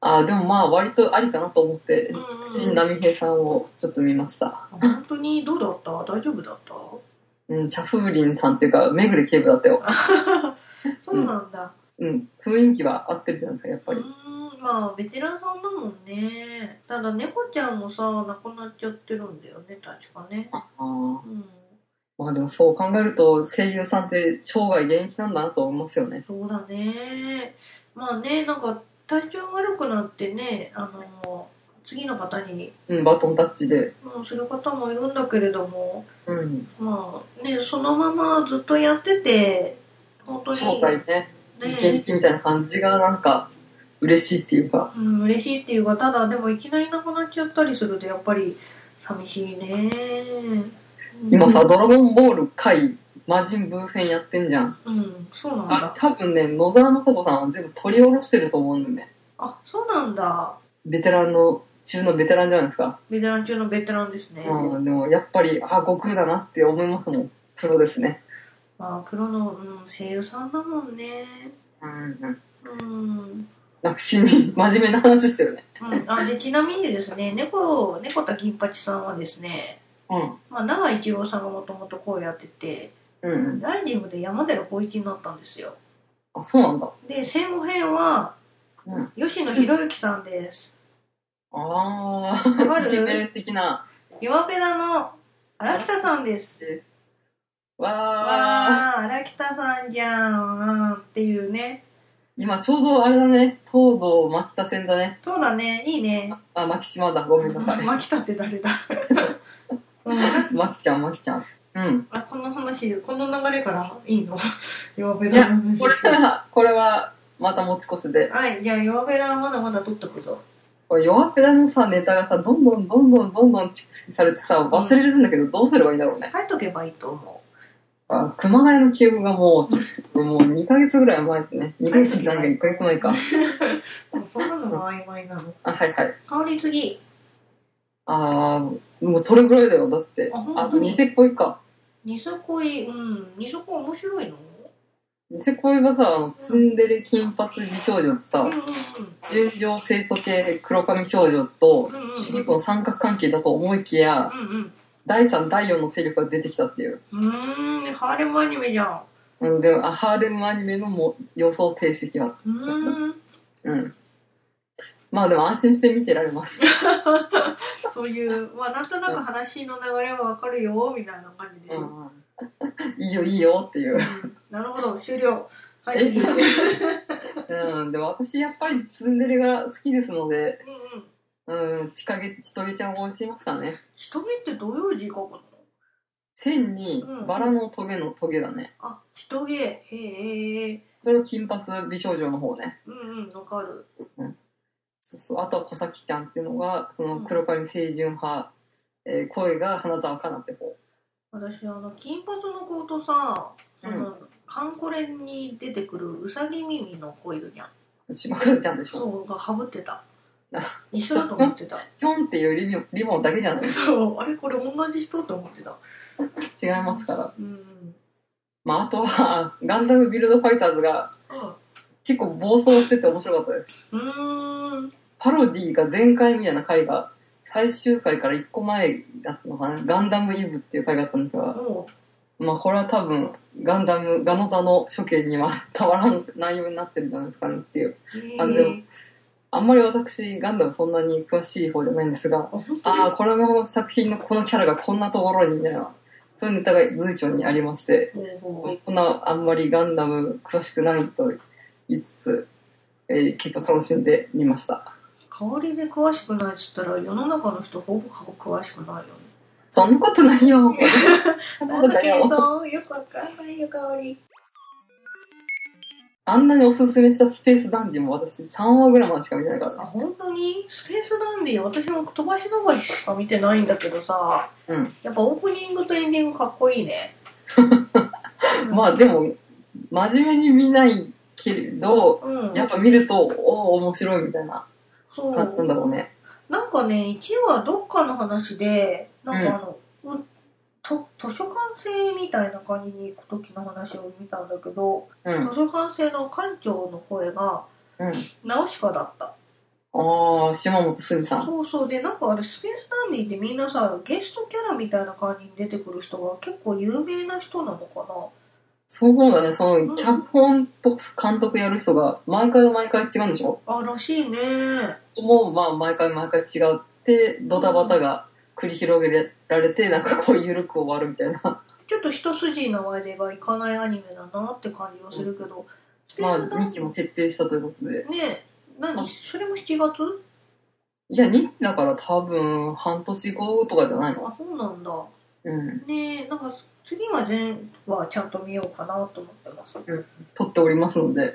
S2: あーでもまあ割とありかなと思って
S1: う、んうん
S2: 新波平さんをちょっと見ました。
S1: 本当にどうだった大丈夫だ った
S2: うん、チャフーリンさんっていうか、めぐれ警部だったよ。
S1: そうなんだ。
S2: うん、雰囲気は合ってるじゃないですか、やっぱ
S1: う
S2: り。
S1: ーん、まあベテランさんだもんね。ただ猫ちゃんもさ、亡くなっちゃってるんだよね、確かね。
S2: ああ。
S1: うん。
S2: まあでもそう考えると、声優さんって生涯現役なんだなと思いますよね。
S1: そうだね。まあね、なんか体調悪くなってね、あの、次の方に、
S2: うん、バトンタッチで。
S1: うん、する方もいるんだけれども、
S2: うん。
S1: まあね、そのままずっとやってて、本当
S2: 生
S1: に、
S2: 涯ね、現
S1: ね、
S2: 役みたいな感じがなんか、嬉しいっていうか。
S1: うん、嬉しいっていうか、ただでもいきなりなくなっちゃったりすると、やっぱり寂しいね。
S2: 今さ、、ドラゴンボール界、魔人ブー編やってんじゃん。
S1: うん、そうなん
S2: あ
S1: だ。
S2: れ多分ね、野沢雅子さんは全部取り下ろしてると思うんだよね。
S1: あ、そうなんだ。
S2: ベテランの、中のベテランじゃないですか。
S1: ベテラン中のベテランですね。
S2: うん、でもやっぱり、あ、悟空だなって思いますもん。プロですね。
S1: まあ、プロの、うん、声優さんだもんね。
S2: うん
S1: うん。
S2: なんか真面目真面目な話してるね。
S1: うん、あでちなみにですね、猫、猫田金八さんはですね、
S2: うん。
S1: まあ、長井一郎さんがもともとこうやってて、
S2: うん。
S1: ライジングで山寺宏一になったんですよ。
S2: あ、そうなんだ。
S1: で、戦後編は、
S2: うん
S1: 吉野博之さんです。
S2: あ
S1: わか
S2: あ。イケメ
S1: る
S2: ン的な。
S1: 弱ペダの荒北さんです。
S2: わあ。
S1: わー、荒北さんじゃん、うんっていうね。
S2: 今ちょうどあれだね。東堂牧田線だね。
S1: そうだね、いいね。
S2: あ、牧島だ。ごめんなさい。
S1: マキタって誰だうん
S2: 牧ちゃん、牧ちゃん。うん。
S1: あ、この話、この流れからいいの 弱べ
S2: いや
S1: だの話
S2: これは、 これは、また持ち越しで。
S1: はい、じゃあ弱べだはまだまだ取っとくぞ。
S2: これ弱ペダのさ、ネタがさ、どんどんどんどんどんどん蓄積されてさ、忘れるんだけど、どうすればいいんだろうね。
S1: 書いとけばいいと思
S2: あ熊谷の記憶がもう、ちょっと、もう2ヶ月ぐらい前ってね。2ヶ月じゃないか、1ヶ月前か。
S1: う。でもそんなのが曖昧なの。
S2: あ、はいはい。
S1: 香り次。
S2: ああ、もうそれぐらいだよ。だって。
S1: あ本当
S2: あと、ニセ恋か。
S1: ニセ恋、うん、ニセ恋面白いの
S2: ニセ恋がさ、あの、ツンデレ金髪美少女と
S1: うん
S2: さ
S1: うん、うん。
S2: 純情清楚系黒髪少女と、
S1: うんうん
S2: 主人公の三角関係だと思いきや、
S1: うん
S2: 第3、第4の勢力が出てきたっていう。
S1: うん。うーん、ハーレムアニメじゃん。
S2: うん、でも、あハーレムアニメのもう予想停止的な。
S1: うーん。
S2: うん。まあでも安心して見てら れます。
S1: そういう、まあなんとなく話の流れはわかるよ、みたいな感じでし
S2: う
S1: ょ。
S2: ん、いいよいいよっていう。
S1: うんなるほど、終了。はい、
S2: え
S1: 次。うんうん。
S2: うん、でも私やっぱりツンデレが好きですので、うん、ちかげ、ちとげちゃんを応援していますからね。
S1: しとげってどういう字書くの
S2: 線に
S1: うん
S2: バラのトゲのトゲだね。
S1: あ、しとげ。へえ。
S2: それを金髪美少女の方ね。
S1: うんうん、わかる。
S2: そうそう。あとは小崎ちゃんっていうのが、その黒髪清純派、えー声が花澤香菜って方。
S1: 私、あの、金髪の子とさ、そ
S2: うん。
S1: の、カンコレに出てくるうさぎ耳の子いるじゃん。
S2: 島倉ちゃんでし
S1: そ
S2: ょ。
S1: う、がかぶってた
S2: あ。
S1: 一緒だと思ってた。
S2: ぴょんっていうリボンリボンだけじゃな い
S1: そう、あれこれ同じ人と思ってた。
S2: 違いますから。
S1: うんうん。
S2: まあ、あとは、ガンダムビルドファイターズが結構暴走してて面白かったです。
S1: うん。うーん。
S2: パロディが前回みたいな回が、最終回から1個前だったのかな。ガンダムイブっていう回があったんですが、
S1: も
S2: まあこれは多分、ガンダム、ガノタの初見には たまらん内容になってるんじゃないですかねっていう。
S1: う、へえ。
S2: あでもあんまり私、ガンダムそんなに詳しい方じゃないんですが、
S1: あ、本当に
S2: ああ、これの作品のこのキャラがこんなところにみたいな、そういうネタが随所にありまして、
S1: ほうほう
S2: こんなあんまりガンダム詳しくないと言いつつ、えー結構楽しんでみました。
S1: 香りで詳しくないっつったら世の中の人ほぼ詳しくないよね。
S2: そんなことないよ。 そんなこと ないよ。
S1: ど、よくわかんないよ、香り。
S2: あんなにおすすめしたスペースダンディも私3話ぐらいまでしか見てないから
S1: あ、
S2: ね。
S1: 本当にスペースダンディ、私も飛ばし飛ばししか見てないんだけどさ、
S2: うん
S1: やっぱオープニングとエンディングかっこいいね。
S2: まあでも、真面目に見ないけれど、
S1: うん、
S2: やっぱ見ると、おお、面白いみたいな
S1: そう
S2: 感じなんだろうね。
S1: なんかね、1話どっかの話で、なんかあの、うと図書館生みたいな感じに行く時の話を見たんだけど、
S2: うん。
S1: 図書館生の館長の声が、
S2: うん。
S1: ナウシカだった。
S2: ああ、島本すみさん。
S1: そうそうでなんかあれスペースダンディってみんなさゲストキャラみたいな感じに出てくる人が結構有名な人なのか
S2: そうだね、その、
S1: ん
S2: 脚本と監督やる人が、毎回毎回違うんでしょ
S1: なあらしいね
S2: もう、まあ、毎回毎回違うって、ドタバタが繰り広げられて、なんかこう、ゆるく終わるみたいな。
S1: ちょっと一筋縄ではいかないアニメだなって感じはするけど、スペ
S2: まあ、
S1: ースダ
S2: 2
S1: ンデ
S2: 期も決定したということで。
S1: ィね
S2: あ
S1: 何それも7月
S2: いや、2期だから多分、半年後とかじゃないの
S1: あそうなんだ
S2: うん。
S1: ねなんか次は全はちゃんと見ようかなと思ってます
S2: 撮っておりますので。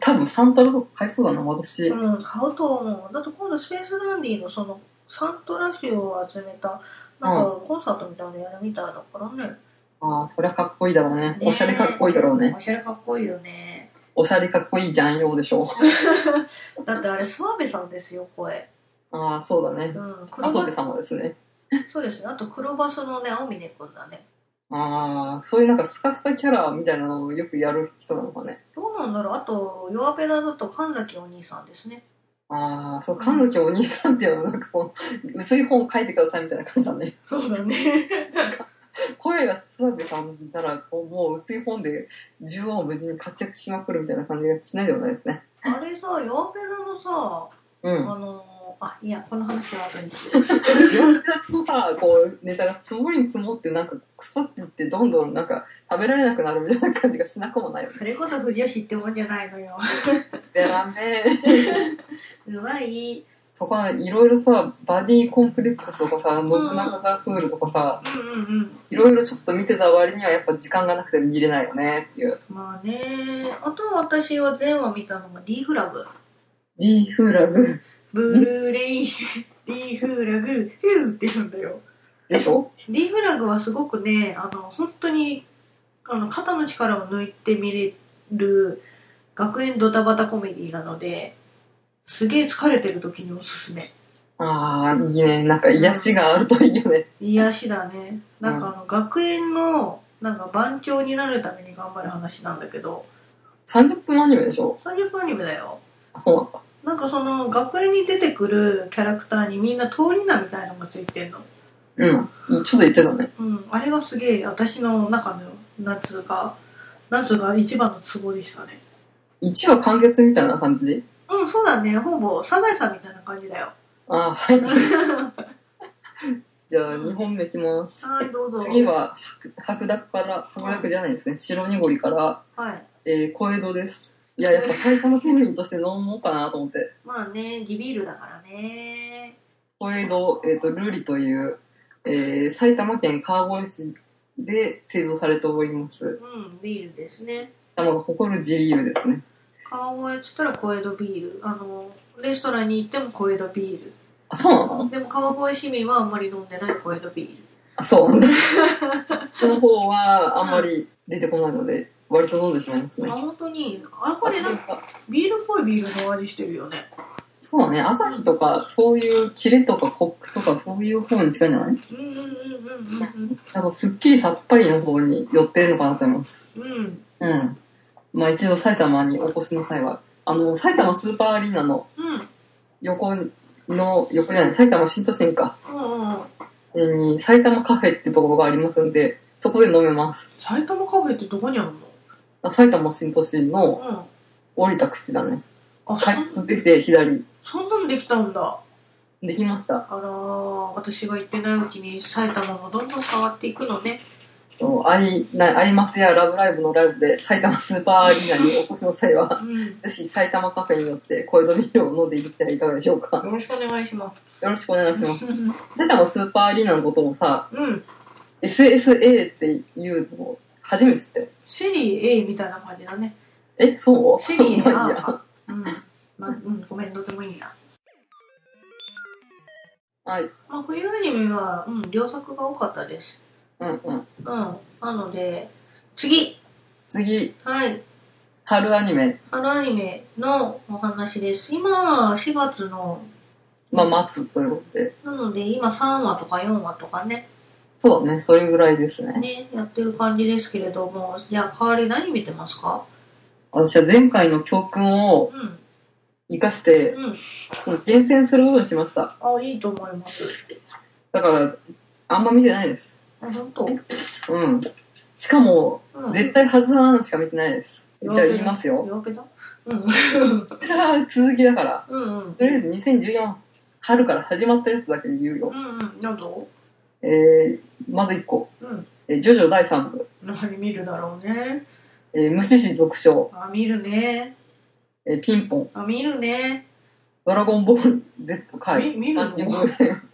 S2: 多分、サンタラとか買いそうだな、私。
S1: うん買うと思うだって今度スペースダンディのそのサントラ集を集めたなんかコンサートみたいなのやるみたいだからね、
S2: ああ、そりゃかっこいいだろうね
S1: ね。え
S2: おしゃれかっこいいだろうね。
S1: おしゃれかっこいいよね。
S2: おしゃれかっこいいじゃんようでしょ。
S1: だってあれ、諏訪部さんですよ、声。
S2: ああ、そうだね
S1: う。ん、黒
S2: 麻
S1: バ
S2: 生様ですね。
S1: そうですね。あと黒バスのね、青峰くんだね。
S2: ああ、そういうなんか透かしたキャラみたいなのをよくやる人なのかね。
S1: どうなんだろうあと、弱ペダだと神崎お兄さんですね。
S2: ああ、そう、神崎お兄さんっていうのはなんかこう、薄い本書いてくださいみたいな感じだね。
S1: そうだね。
S2: 声が諏訪部さんなら、こう、もう薄い本で縦横無尽に活躍しまくるみたいな感じがしないでもないですね。
S1: あれさ、弱ペダのさ、
S2: う
S1: あ
S2: ん。
S1: のー、あ、いや、この話はあるんです
S2: 両手だとさ、こう、ネタが積もりに積もって、なんか腐っていって、どんどんなんか食べられなくなるみたいな感じがしなくもないよね。
S1: それこそ藤吉ってもんじゃないのよ。
S2: でらめ
S1: うまい。
S2: そこはいろいろさ、バディコンプレックスとかさ、ノブナガザフールとかさ、
S1: うんうんうん。
S2: いろいろちょっと見てた割にはやっぱ時間がなくて見れないよねっていう。
S1: まあね。あと私は前話見たのが D フラグ。
S2: リーフラグ
S1: ブルーレイ、D フラグ、ヒューって言うんだよ。
S2: でしょ
S1: D フラグはすごくね、あの、本当に、あの、肩の力を抜いて見れる学園ドタバタコメディなので、すげえ疲れてる時におすすめ。
S2: ああ、いいね。なんか癒しがあるといいよね。
S1: 癒しだねなんかあの、学園のなんか番長になるために頑張る話なんだけど
S2: 30分アニメでしょ
S1: 30分アニメだよ
S2: あそうなんだ。
S1: なんかその学園に出てくるキャラクターにみんな通り名みたいなのがついてんの、
S2: うん。ちょっと言ってたね。
S1: うん、あれがすげえ私の中の夏が夏が一番のツボでしたね
S2: 1話完結みたいな感じで
S1: うんそうだねほぼサザエさんみたいな感じだよ
S2: ああ、はい。
S1: は
S2: じゃあ2本目いきます。
S1: いどうぞ
S2: 次は、白白濁から、白濁じゃないですね。白濁りから、
S1: はい
S2: えー、小江戸です。いや、やっぱ埼玉県民として飲もうかなと思って。
S1: まあね地ビールだからね
S2: 小江戸、えっ、と、ルリという、えー、埼玉県川越市で製造されております。
S1: うんビールですね
S2: 玉が誇るジビールですね。
S1: 川越っつったら小江戸ビールあのレストランに行っても小江戸ビール
S2: あ、そうなの
S1: でも川越市民はあんまり飲んでない小江戸ビール
S2: あ、そう なんだ。その方はあんまり出てこないので、割と飲んでしまいます
S1: あ
S2: ね。
S1: 本当にあこ
S2: あ
S1: れなんかビールっぽいビールの味してるよね
S2: そうだね。朝日とか、そういうキレとかコックとか、そういう方に近いんじゃない
S1: うんうんうんうん
S2: あの、すっきりさっぱりの方に寄ってるのかなと思います。
S1: うんうんうん
S2: うん。まあ一度埼玉にお越しの際は、あの、埼玉スーパーアリーナの
S1: うん
S2: 横の、横じゃない、埼玉新都心か、
S1: うんうん
S2: に埼玉カフェってところがありますんで、そこで飲めます。
S1: 埼玉カフェってどこにあるの
S2: あ埼玉新都心の
S1: うん
S2: 降りた口だね。
S1: あそ,、
S2: 開発出て左。
S1: そんなのできたんだ
S2: できました。
S1: あらー私が行ってないうちに埼玉もどんどん変わっていくのね
S2: とあり、な、ありますやラブライブのライブで埼玉スーパーアリーナにお越しの際は、
S1: うん
S2: ぜひ埼玉カフェによって小江戸ビールを飲んでいったらいかがでしょうか。
S1: よろしくお願いしま
S2: よろしくお願いします
S1: す。うん
S2: 埼玉スーパーアリーナのことをさ、
S1: うん
S2: SSA っていうのを初めて知ったよ。
S1: セリ A みたいな感じだね
S2: え、そう
S1: シェリー
S2: まあ いいや
S1: な。うん。まあ、うん、ごめん、どうでもいいな。
S2: はい。
S1: まあ、冬アニメは、うん、良作が多かったです。
S2: うんうん。
S1: うん。なので、次
S2: 次、
S1: はい。
S2: 春アニメ。
S1: 春アニメのお話です。今は4月の、
S2: まあ、待つということで。
S1: なので今3話とか4話とかね、
S2: そうだね、それぐらいですね。
S1: ね、やってる感じですけれども、じゃあ代わり何見てますか
S2: 私は前回の教訓を
S1: うん。
S2: 活かして、
S1: うん。
S2: ちょっと厳選することにしました。
S1: あ、いいと思います。
S2: だから、あんま見てないです。
S1: あ、本当
S2: うん。しかも、
S1: うん。
S2: 絶対外さないのしか見てないです。じゃあ言いますよ。
S1: 弱気だうん。
S2: これが 続きだから、
S1: うんうん。
S2: とりあえず2014春から始まったやつだけ言う
S1: う。
S2: よ
S1: んうん。など
S2: えー、まず1個。
S1: うん。
S2: えージョジョ第3部。
S1: 何見るだろうね。
S2: えー無視し続賞。
S1: あ、見るね。
S2: えーピンポン。
S1: あ、見るね。
S2: ドラゴンボール Z 回。
S1: み見るの
S2: アニメ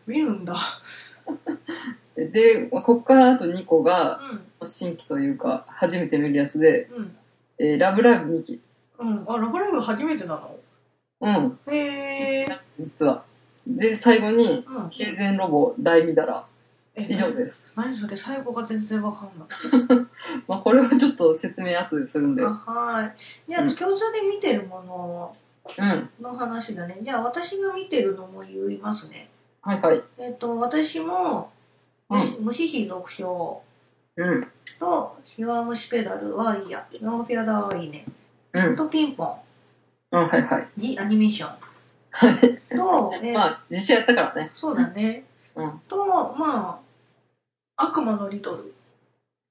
S1: 見るんだ。
S2: で、まあここからあと2個
S1: う
S2: が、
S1: ん。
S2: 新規というか、初めて見るやつで、
S1: うん。
S2: えーラブライブ2期。
S1: うん。あ、ラブライブ初めてなの
S2: うん、
S1: へえ。
S2: 実は。で、最後に、
S1: うん。
S2: 経前ロボ第2ダラ。
S1: え
S2: 以上です。
S1: 何それ最後が全然わかんない。
S2: まあ、これはちょっと説明後でするんで。
S1: あ、
S2: うん。
S1: はい。じゃあ、
S2: うん
S1: 共通で見てるもの
S2: は
S1: の話だね。じゃあ、私が見てるのも言いますね。
S2: いはい。
S1: えっ、と、私も、
S2: うん
S1: 虫皮読書
S2: うん。
S1: と、弱虫ペダルはいいや。ノンフィアダはいいね。
S2: うん。
S1: と、ピンポン、
S2: うん、はいはい。
S1: ジアニメーション。
S2: はい。
S1: と、えー
S2: まあ、実写やったからね。
S1: そうだね。
S2: うん
S1: と、まあ、悪魔のリトル。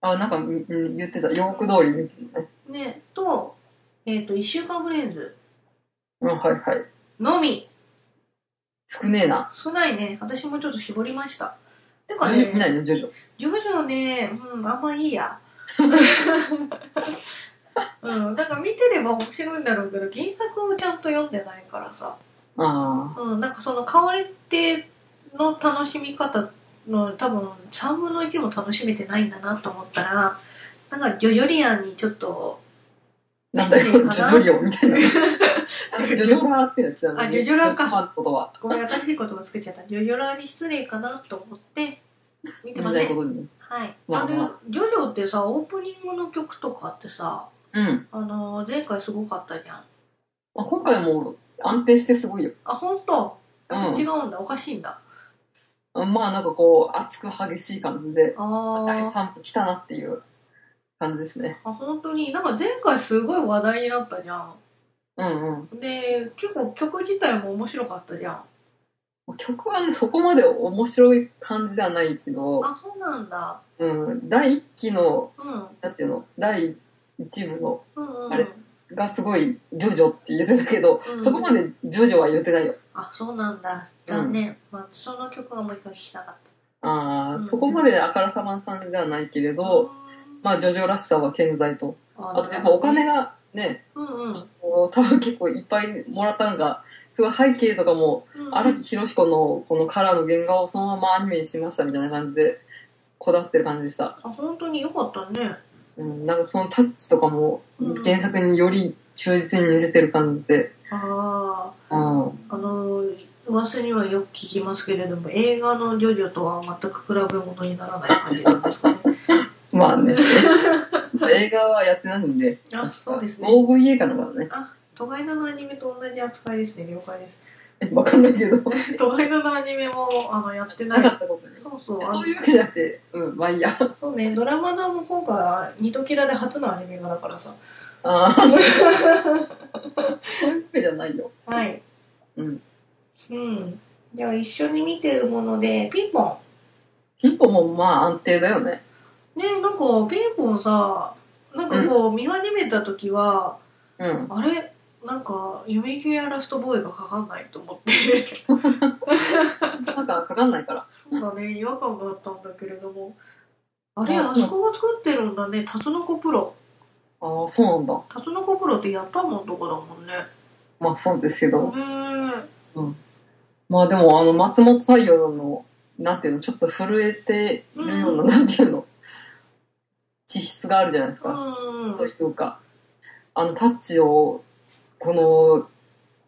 S2: あ、なんか、うん言ってた。ヨーク通り見てるね。
S1: ね、と、えっ、と、一週間フレンズ
S2: うん、はいはい。
S1: のみ。
S2: 少ねえな。
S1: 少ないね。私もちょっと絞りました。てか
S2: ジョジョ見な
S1: ね、
S2: いのジョジョ。
S1: 徐々ね、うん、あんまいい や。うん、だから見てれば面白いんだろうけど、原作をちゃんと読んでないからさ。
S2: あ
S1: うん、なんかその香りっての楽しみ方の多分3分の1も楽しめてないんだなと思ったらなんかジョジョリアンにちょっと
S2: あ。なんだよ、ジョジョリオ みたいな。ジョジョラーってやつじゃない
S1: あジョジョラーか
S2: ファンことは。
S1: ごめん新しい言葉作っちゃったジョジョラに失礼かなと思って見て
S2: み
S1: ま
S2: た
S1: せ
S2: いなんことに。
S1: はい
S2: ま
S1: あ
S2: あ
S1: れ
S2: ま
S1: ジョジョってさオープニングの曲とかってさ
S2: うん。
S1: あの前回すごかったじゃん
S2: まあ、今回も安定してすごいよ。
S1: あ本当、
S2: うん
S1: 違うんだおかしいんだ
S2: まあなんかこう、熱く激しい感じで、
S1: あ
S2: 第
S1: ー
S2: 3部来たなっていう感じですね。
S1: あ本当になんか前回すごい話題になったじゃん
S2: うん
S1: で結構曲自体も面白かったじゃん
S2: うん。曲はね、そこまで面白い感じではないけど、
S1: あそうなんだ
S2: うん、第1期の、
S1: うん
S2: なんていうの、第1部の、
S1: うんうん
S2: あれがすごい、ジョジョって言ってたけど、
S1: うん
S2: そこまでジョジョは言ってないよ。
S1: あそうなんだ残念、まあ、その曲がもう一回聴きたかっ
S2: ああ、
S1: うん
S2: そこまであからさまな感じではないけれ
S1: た
S2: ど、まあ、ジョジョらしさは健在と。
S1: あ
S2: あと、やっぱお金がね、
S1: うんうん、
S2: こう多分結構いっぱいもらったのが、すごい背景とかも、
S1: うん、
S2: 荒木博彦のこのカラーの原画をそのままアニメにしましたみたいな感じでこだわってる感じでした、
S1: あ本当によかったね
S2: うん、なんかそのタッチとかも
S1: うん
S2: 原作により忠実に似せてる感じで、
S1: あ
S2: う
S1: あ
S2: ん
S1: あのー噂にはよく聞きますけれども映画の「ジョジョ」とは全く比べ物にならない感じなんですかね
S2: ま あね映画はやってないんで
S1: あそうですね
S2: OVA かのかね
S1: あトガイナのアニメと同じ扱いですね了解です
S2: わかんないけど
S1: トガイナのアニメもあのやって な
S2: なか
S1: い
S2: ったことね
S1: そうそうあの
S2: そういうわけじゃなくてうんまあい いや
S1: そうね、ドラマのも今回はニトキラで初のアニメ化だからさ。
S2: ああそういうわけじゃないよ
S1: はい。
S2: うん。
S1: うん。じゃあ一緒に見てるもので、ピンポ
S2: ピンポンもまあ安定だよね
S1: ン。ねなんかピンポンさ、なんかこう見始めた時は、
S2: うん
S1: あれなんか、夢系やラストボーイがかかんないと思って。
S2: なんかかかんないから
S1: そうだね、違和感があったんだけれども。あれ、
S2: うん
S1: あそこが作ってるんだね、タツノコプロ。
S2: ああそうなんだ
S1: タツノコプロってやったもんとこだもんね。
S2: まあそうですけど、
S1: ねえ。
S2: まあでもあの松本太陽のなんていうのちょっと震えているような、なんていうの地質があるじゃないですか、
S1: うん
S2: 地質というかあのタッチをこの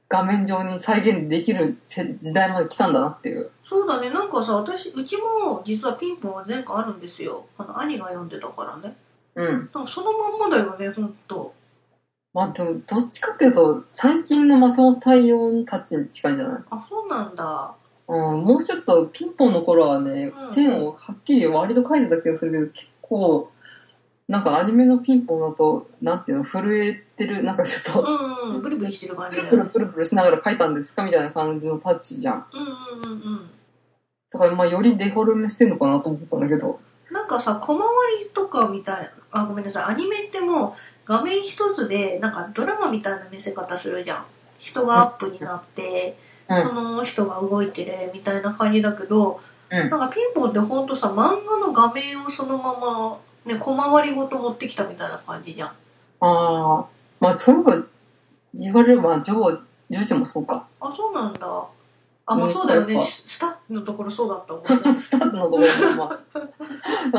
S2: 画面上に再現できるせ時代まで来たんだなっていう
S1: そうだね、なんかさ、私、うちも実はピンポンは前回あるんですよ。あの、兄が読んでたからね。
S2: うん
S1: なんかそのまんまだよね、ほんと。
S2: まあでもどっちかっていうと最近の松本太陽のタッチに近いんじゃない、
S1: あ、そうなんだ。
S2: うん、もうちょっとピンポンの頃はね、
S1: うん
S2: 線をはっきり割と書いてた気がするけど結構なんかアニメのピンポンだとなんていうの震えてるなんかちょっと
S1: うんうん、ブリブリしてる感じ
S2: プ
S1: だ
S2: ルプ
S1: よ
S2: ル
S1: ね。
S2: プルプルしながら書いたんですかみたいな感じのタッチじゃん。
S1: うんうんうんうん。
S2: だから、まあ、よりデフォルメしてんのかなと思ったんだけど。
S1: なんかさ、小回りとかみたいあ、ごめんなさい、アニメってもう画面一つで、なんかドラマみたいな見せ方するじゃん。人がアップになって、
S2: うん
S1: その人が動いてるみたいな感じだけど、
S2: うん
S1: なんかピンポンってほんとさ、漫画の画面をそのまま、ね、小回りごと持ってきたみたいな感じじゃん。
S2: ああ、まあ、そういえば、言われれば、ジョー、ジョージもそうか。
S1: あ、そうなんだ。あ、まあ
S2: うん
S1: そうだよ
S2: や
S1: ね。
S2: っぱ
S1: ススタッフのところそうだったもんね。
S2: スタートのところも、ま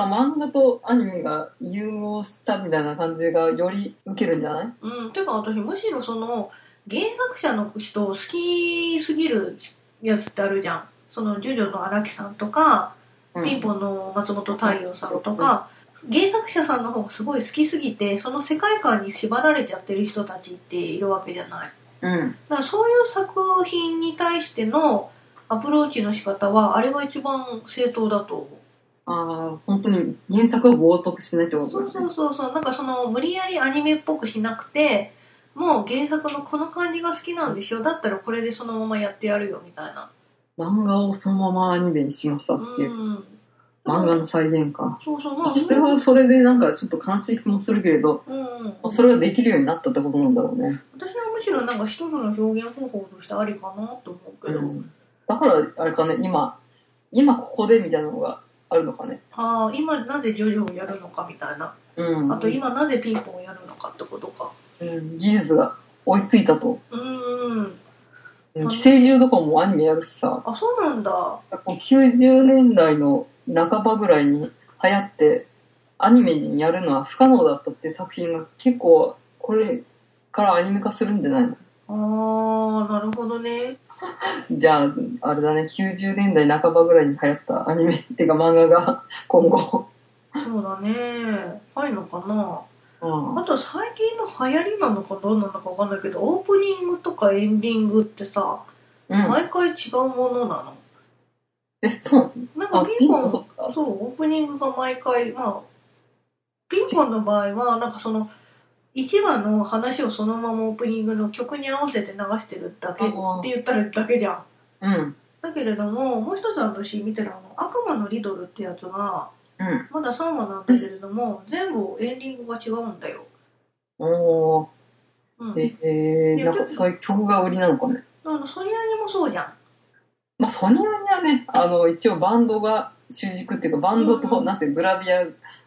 S2: あ、 まあ、漫画とアニメが融合したみたいな感じが、より受けるんじゃない
S1: うん、てか私むしろその原作者の人を好きすぎるやつってあるじゃんそのジョジョの荒木さんとか、
S2: うん
S1: ピンポンの松本太陽さんとか、原作者さんの方がすごい好きすぎてその世界観に縛られちゃってる人たちっているわけじゃない
S2: うん。
S1: だからそういう作品に対してのアプローチの仕方はあれが一番正当だと思う
S2: ああ、本当に原作を冒涜しないってこと
S1: そ
S2: だ
S1: う
S2: ね。
S1: そうそうそうなんかその無理やりアニメっぽくしなくてもう原作のこの感じが好きなんですよだったらこれでそのままやってやるよみたいな
S2: 漫画をそのままアニメにしました
S1: う
S2: っていう。
S1: ん
S2: 漫画の再現か。
S1: そうそうまあ
S2: それはそれでなんかちょっと悲しい気もするけれど、
S1: うん、うん、
S2: まあ
S1: 私
S2: それができるようになったってことなんだろうね。
S1: はむしろなんか一つの表現方法としてありかなと思うけど、
S2: うんだから、あれかね、今、今ここでみたいなのがあるのかね。
S1: ああ今なぜジョジョをやるのかみたいな
S2: うん。
S1: あと今なぜピンポンをやるのかってことか
S2: うん技術が追いついたと。
S1: うん
S2: 寄生獣とかもアニメやるしさ、
S1: あ、そうなんだ。
S2: 90年代の半ばぐらいに流行って、アニメにやるのは不可能だったっていう作品が結構、これからアニメ化するんじゃないの
S1: あー、なるほどね。
S2: じゃあ、あれだね、90年代半ばぐらいに流行ったアニメっていうか漫画が 今後。
S1: そうだね。ないのかな。
S2: うん
S1: あと最近の流行りなのかどうなのかわかんないけど、オープニングとかエンディングってさ、
S2: うん。
S1: 毎回違うものなの。
S2: え、そう
S1: な
S2: なの
S1: ん
S2: あ
S1: か、ピンポン、
S2: そ
S1: そ
S2: っか。
S1: う、オープニングが毎回、まあ、ピンポンの場合は、なんかその、1話の話をそのままオープニングの曲に合わせて流してるだけ
S2: あ
S1: って
S2: ー
S1: 言ったらだけじゃん。
S2: うん。
S1: だけれども、もう一つ私見てるあの、悪魔のリドルってやつが、
S2: うん。
S1: まだ3話なんだけれども、全部エンディングが違うんだよ。
S2: おー。
S1: うん。
S2: え
S1: い
S2: ー、
S1: や
S2: なんかそういう曲が売りなのかね。
S1: あの、ソニアニもそうじゃん。
S2: まあ、その割にはね、あの、一応バンドが主軸っていうか、バンド
S1: う
S2: と、
S1: ん
S2: なんていうグラビア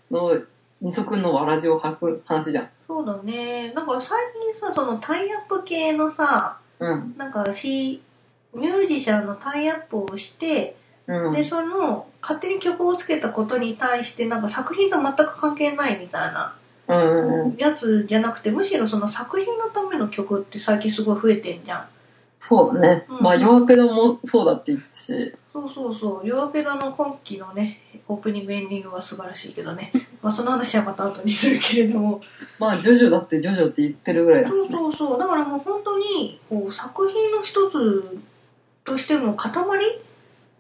S2: の二足のわらじを履く話じゃん。
S1: そうだね。なんか最近さ、そのタイアップ系のさ、
S2: うん。
S1: なんかし、ミュージシャンのタイアップをして、
S2: うん。
S1: で、その、勝手に曲をつけたことに対して、なんか作品と全く関係ないみたいな
S2: うんうん。
S1: やつじゃなくて、むしろその作品のための曲って最近すごい増えてんじゃん。
S2: そうだね。
S1: うん
S2: まあ、弱ペダもそうだって言ったし、
S1: そうそうそう。ヨーペダの今期のね、オープニングエンディングは素晴らしいけどね。まあその話はまた後にするけれども。
S2: まあ、ジョジョだってジョジョって言ってるぐらいだ
S1: そう
S2: しね。
S1: そうそう。だからもう本当に、こう、作品の一つとしての塊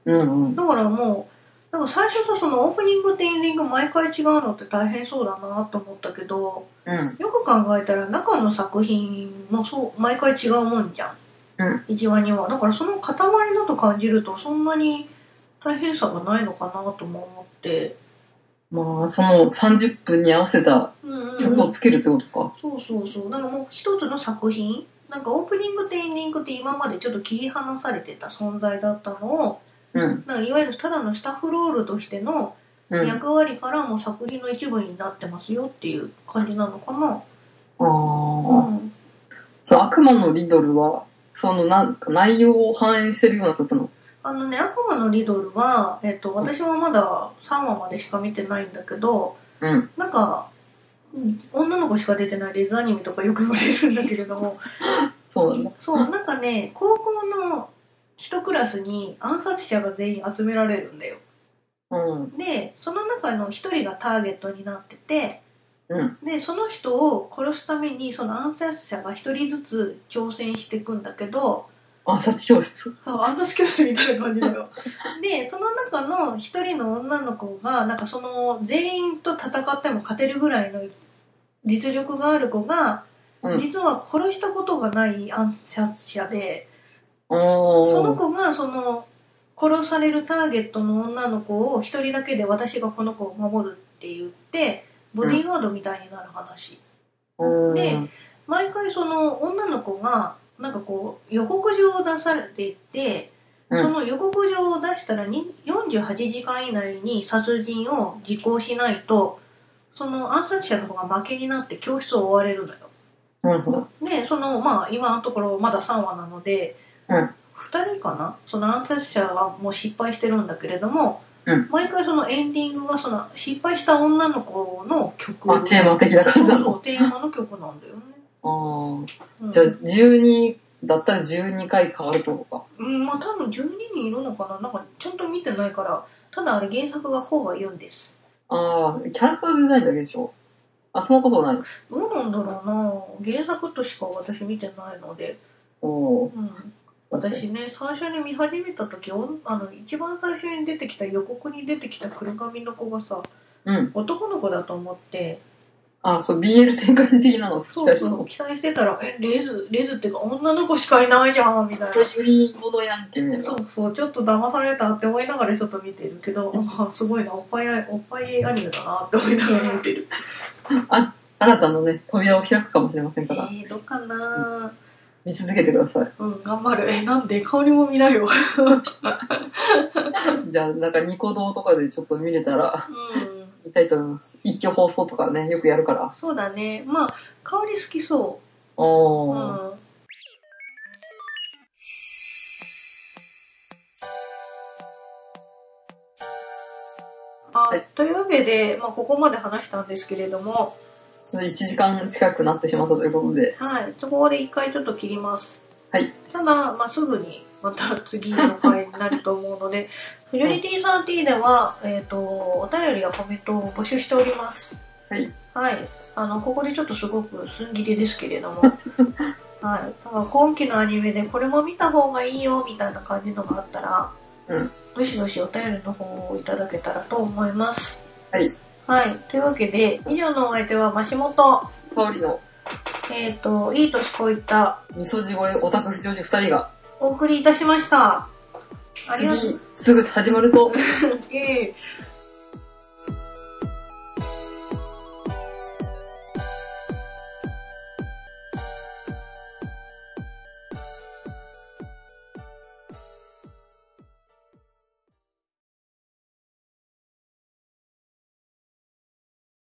S2: うんうん。
S1: だからもう、なんか最初さ、そのオープニングとエンディング毎回違うのって大変そうだなと思ったけど、
S2: うん。
S1: よく考えたら中の作品もそう、毎回違うもんじゃん。
S2: うん。
S1: 1話2話。だからその塊だと感じると、そんなに大変さがないのかなとも思って。
S2: まあ、その30分に合わせた
S1: うんうんうん、
S2: 曲をつけるってことか。
S1: そうそうそうなんかもう一つの作品なんかオープニングとエンディングって今までちょっと切り離されてた存在だったのを
S2: うん。
S1: なんかいわゆるただのスタッフロールとしての
S2: うん。あ
S1: 役割からもう作品の一部になってますよっていう感じなのかな、
S2: あー。
S1: うん
S2: そう、悪魔のリドルは、そのなんか内容を反映してるようなことの。
S1: あのね「悪魔のリドルは」えっと私はまだ3話までしか見てないんだけど
S2: うん。
S1: なんかうん女の子しか出てないレズアニメとかよく言われるんだけれども
S2: そうだね。
S1: そう、なんかね、高校の一クラスに暗殺者が全員集められるんだよ。
S2: うん。
S1: で、その中の一人がターゲットになってて、
S2: うん。
S1: で、その人を殺すために、その暗殺者が一人ずつ挑戦していくんだけど、
S2: 暗殺教室。
S1: そう暗殺教室みたいな感じだよ。で、その中の一人の女の子が、なんかその全員と戦っても勝てるぐらいの実力がある子が、
S2: うん
S1: 実は殺したことがない暗殺者で、
S2: お
S1: その
S2: ー。
S1: 子がその殺されるターゲットの女の子を一人だけで私がこの子を守るって言ってボディーガードみたいになる話、
S2: うん
S1: で毎回その女の子がなんかこう予告状を出されていて、
S2: うん
S1: その予告状を出したらに48時間以内に殺人を実行しないとその暗殺者の方が負けになって教室を追われるのよ
S2: うん。
S1: でそのまあ今のところまだ3話なので、
S2: うん
S1: 2人かなその暗殺者がもう失敗してるんだけれども、
S2: うん
S1: 毎回そのエンディングがその失敗した女の子の曲
S2: まあ、テーマ的な感じな
S1: そうそ
S2: の。
S1: うテーマの曲なんだよね、
S2: あー。
S1: うん
S2: じゃあ、12だったら12回変わるってことか。
S1: うん、まあ多分12人いるのかななんかちゃんと見てないからただあれ原作がこうが言うんです
S2: ああ、キャラクターデザインだけでしょあ、そんなことない。
S1: どうなんだろうな原作としか私見てないので
S2: おー。
S1: うん私ね最初に見始めた時おんあの一番最初に出てきた予告に出てきた黒髪の子がさ
S2: うん。
S1: 男の子だと思って
S2: あ、そう、BL 展開的なの好き
S1: そ
S2: だ
S1: う
S2: し。
S1: そう
S2: こ
S1: 期待してたら「えレズレズっていうか女の子しかいないじゃん」みた い
S2: れ売り物やんけ、みた
S1: ない
S2: な
S1: そ。うそうちょっと騙されたって思いながらちょっと見てるけどあすごいなおっぱいあおっぱいアニメだなって思いながら見てる
S2: 新たなね、扉を開くかもしれませ
S1: え
S2: んから、
S1: ー、どうかな
S2: 見続けてください。
S1: うん頑張るえなんで香りも見ないよ
S2: じゃあ、なんかニコ動とかでちょっと見れたら、
S1: うん
S2: 見たいと思います。一挙放送とかね、よくやるから。
S1: そうだねまあ香り好きそう
S2: おー。
S1: うん
S2: はい
S1: というわけで、まあ、ここまで話したんですけれども、
S2: ちょっと1時間近くなってしまったということで、
S1: はい、そこで一回ちょっと切ります。
S2: はい。
S1: ただ、まあ、すぐにまた 次の回になると思うので、フジョリティサーティでは、えっ、と、お便りやコメントを募集しております。
S2: はい。
S1: はい。あの、ここでちょっとすごく寸切れですけれど も、はい。ただ、今期のアニメでこれも見た方がいいよ、みたいな感じのがあったら、
S2: うん
S1: どしどしお便りの方をいただけたらと思います。
S2: はい。
S1: はい。というわけで、以上のお相手は、マシモト、
S2: 香りの
S1: えっ、と、いい年こいた、
S2: 味噌地声オタク不女子2人が、
S1: お送りいたしました。ありがとう。
S2: 次、すぐ始まるぞ。
S1: ええ